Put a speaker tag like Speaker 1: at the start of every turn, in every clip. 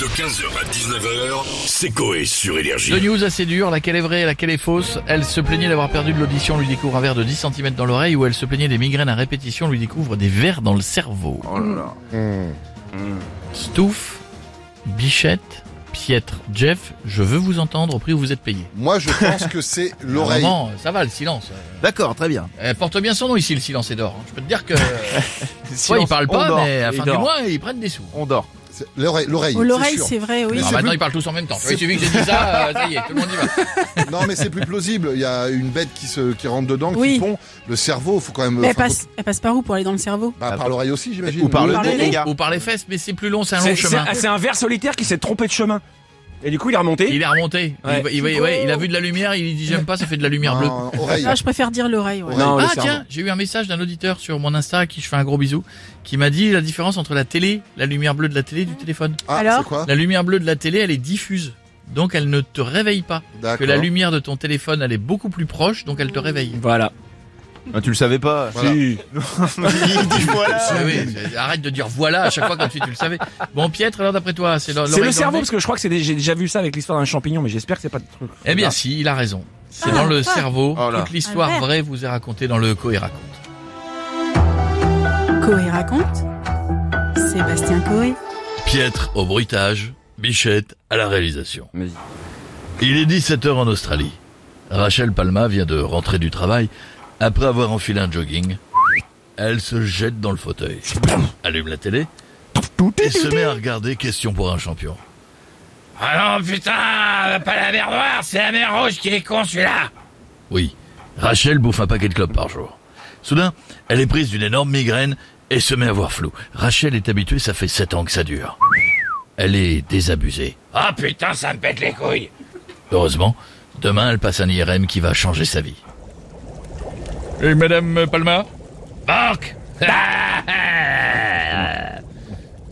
Speaker 1: De 15h à 19h, c'est Coé sur Énergie.
Speaker 2: Deux news assez dures, laquelle est vraie, laquelle est fausse. Elle se plaignait d'avoir perdu de l'audition, on lui découvre un verre de 10 cm dans l'oreille, ou elle se plaignait des migraines à répétition, on lui découvre des verres dans le cerveau.
Speaker 3: Oh là là.
Speaker 2: Stouff, Bichette, Piètre, Jeff, je veux vous entendre au prix où vous êtes payé.
Speaker 4: Moi, je pense que c'est l'oreille.
Speaker 2: Vraiment, ça va le silence.
Speaker 3: D'accord, très bien.
Speaker 2: Elle porte bien son nom ici, le silence est d'or. Je peux te dire que, soit
Speaker 3: Silence,
Speaker 2: ils parlent
Speaker 3: on
Speaker 2: pas,
Speaker 3: dort.
Speaker 2: mais à la
Speaker 3: Il
Speaker 2: fin du
Speaker 3: dort.
Speaker 2: mois, ils prennent des sous.
Speaker 3: On dort.
Speaker 4: C'est L'oreille, l'oreille.
Speaker 5: Oh, L'oreille,
Speaker 4: sûr.
Speaker 5: c'est vrai, oui.
Speaker 4: Mais
Speaker 2: Ah,
Speaker 4: c'est
Speaker 2: maintenant,
Speaker 4: plus-
Speaker 2: ils parlent tous en même temps. Il suffit que j'ai dit ça, euh, ça y est, tout le monde y va.
Speaker 4: Non, mais c'est plus plausible. Il y a une bête qui se, qui rentre dedans, qui
Speaker 5: Oui.
Speaker 4: pond. Le cerveau, faut quand même.
Speaker 5: Mais elle
Speaker 4: enfin,
Speaker 5: passe, elle passe par où pour aller dans le cerveau
Speaker 4: faut- bah, par l'oreille aussi, j'imagine.
Speaker 3: Ou par le
Speaker 5: Par le
Speaker 3: nez,
Speaker 5: nez.
Speaker 3: les gars.
Speaker 2: Ou par les fesses, mais c'est plus long, c'est un long
Speaker 6: C'est-
Speaker 2: chemin.
Speaker 6: C'est c'est un ver solitaire qui s'est trompé de chemin. Et du coup, il est remonté.
Speaker 2: Il est remonté. Il-
Speaker 6: Ouais.
Speaker 2: Il, il- ouais, il a vu de la lumière, il dit j'aime pas, ça fait de la lumière bleue.
Speaker 4: Non, oreille.
Speaker 5: Ah, Je préfère dire l'oreille. ouais.
Speaker 4: Ouais.
Speaker 3: Non, le
Speaker 2: Ah
Speaker 3: cerveau.
Speaker 2: tiens, j'ai eu un message d'un auditeur sur mon Insta à qui je fais un gros bisou, qui m'a dit la différence entre la télé, la lumière bleue de la télé et du téléphone.
Speaker 4: Ah,
Speaker 5: Alors
Speaker 4: c'est quoi
Speaker 2: La lumière bleue de la télé, elle est diffuse, donc elle ne te réveille pas. Que
Speaker 4: D'accord.
Speaker 2: la lumière de ton téléphone, elle est beaucoup plus proche, donc elle te réveille.
Speaker 6: Voilà.
Speaker 3: Ah, tu le savais pas.
Speaker 4: Voilà.
Speaker 6: Si.
Speaker 2: Ah oui, c'est- arrête de dire voilà à chaque fois comme si tu le savais. Bon Pietre, alors d'après toi, c'est l'o-
Speaker 6: C'est
Speaker 2: l'oreille
Speaker 6: le
Speaker 2: dans
Speaker 6: cerveau
Speaker 2: nez
Speaker 6: parce que je crois que c'est des- j'ai déjà vu ça avec l'histoire d'un champignon, mais j'espère que c'est pas de truc.
Speaker 2: Eh bien si, il a raison. C'est
Speaker 5: Ah,
Speaker 2: dans le
Speaker 5: ah.
Speaker 2: cerveau.
Speaker 3: Oh là.
Speaker 2: Toute l'histoire
Speaker 5: Albert.
Speaker 2: vraie vous est racontée dans le co et raconte.
Speaker 5: Coé raconte. Sébastien Coé.
Speaker 2: Pietre au bruitage, Bichette à la réalisation. Il est 17h en Australie. Rachel Palma vient de rentrer du travail après avoir enfilé un jogging. Elle se jette dans le fauteuil, allume la télé et se met à regarder Question pour un champion.
Speaker 7: Ah non, putain, pas la mer Noire, c'est la mer Rouge qui est con celui-là
Speaker 2: Oui, Rachel bouffe un paquet de clopes par jour. Soudain, elle est prise d'une énorme migraine et se met à voir flou. Rachel est habituée, ça fait 7 ans que ça dure. Elle est désabusée.
Speaker 7: Ah putain, ça me pète les couilles
Speaker 2: Heureusement, demain elle passe un IRM qui va changer sa vie. Et Madame Palma
Speaker 7: Banque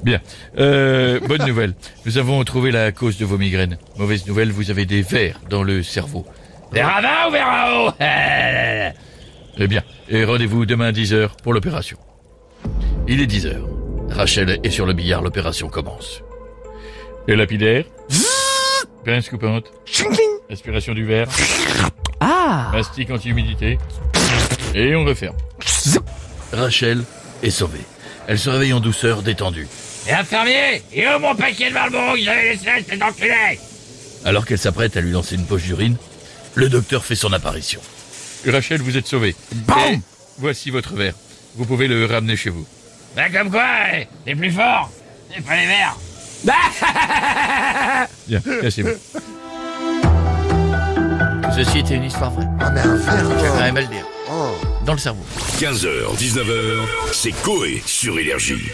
Speaker 2: Bien. Euh, bonne nouvelle. Nous avons trouvé la cause de vos migraines. Mauvaise nouvelle, vous avez des vers dans le cerveau.
Speaker 7: Vers avant ou vers en haut
Speaker 2: Eh bien, et rendez-vous demain à 10h pour l'opération. Il est 10h. Rachel est sur le billard, l'opération commence. Et lapidaire Pince coupante. Aspiration du verre. Ah Mastic anti-humidité. Et on referme. Rachel est sauvée. Elle se réveille en douceur, détendue.
Speaker 7: Et infirmier Et où mon paquet de Marlboro que j'avais laissé là, cet enculé
Speaker 2: Alors qu'elle s'apprête à lui lancer une poche d'urine, le docteur fait son apparition. Rachel, vous êtes sauvée. Et Voici votre verre. Vous pouvez le ramener chez vous.
Speaker 7: Bah comme quoi, eh, t'es plus fort C'est pas les verts
Speaker 2: Bien, cassez-vous. Ceci était une histoire vraie.
Speaker 4: Ah, mais un verre.
Speaker 2: J'aimerais mal dire.
Speaker 4: Oh.
Speaker 2: Dans le cerveau.
Speaker 1: 15h, 19h, c'est Coé sur Énergie.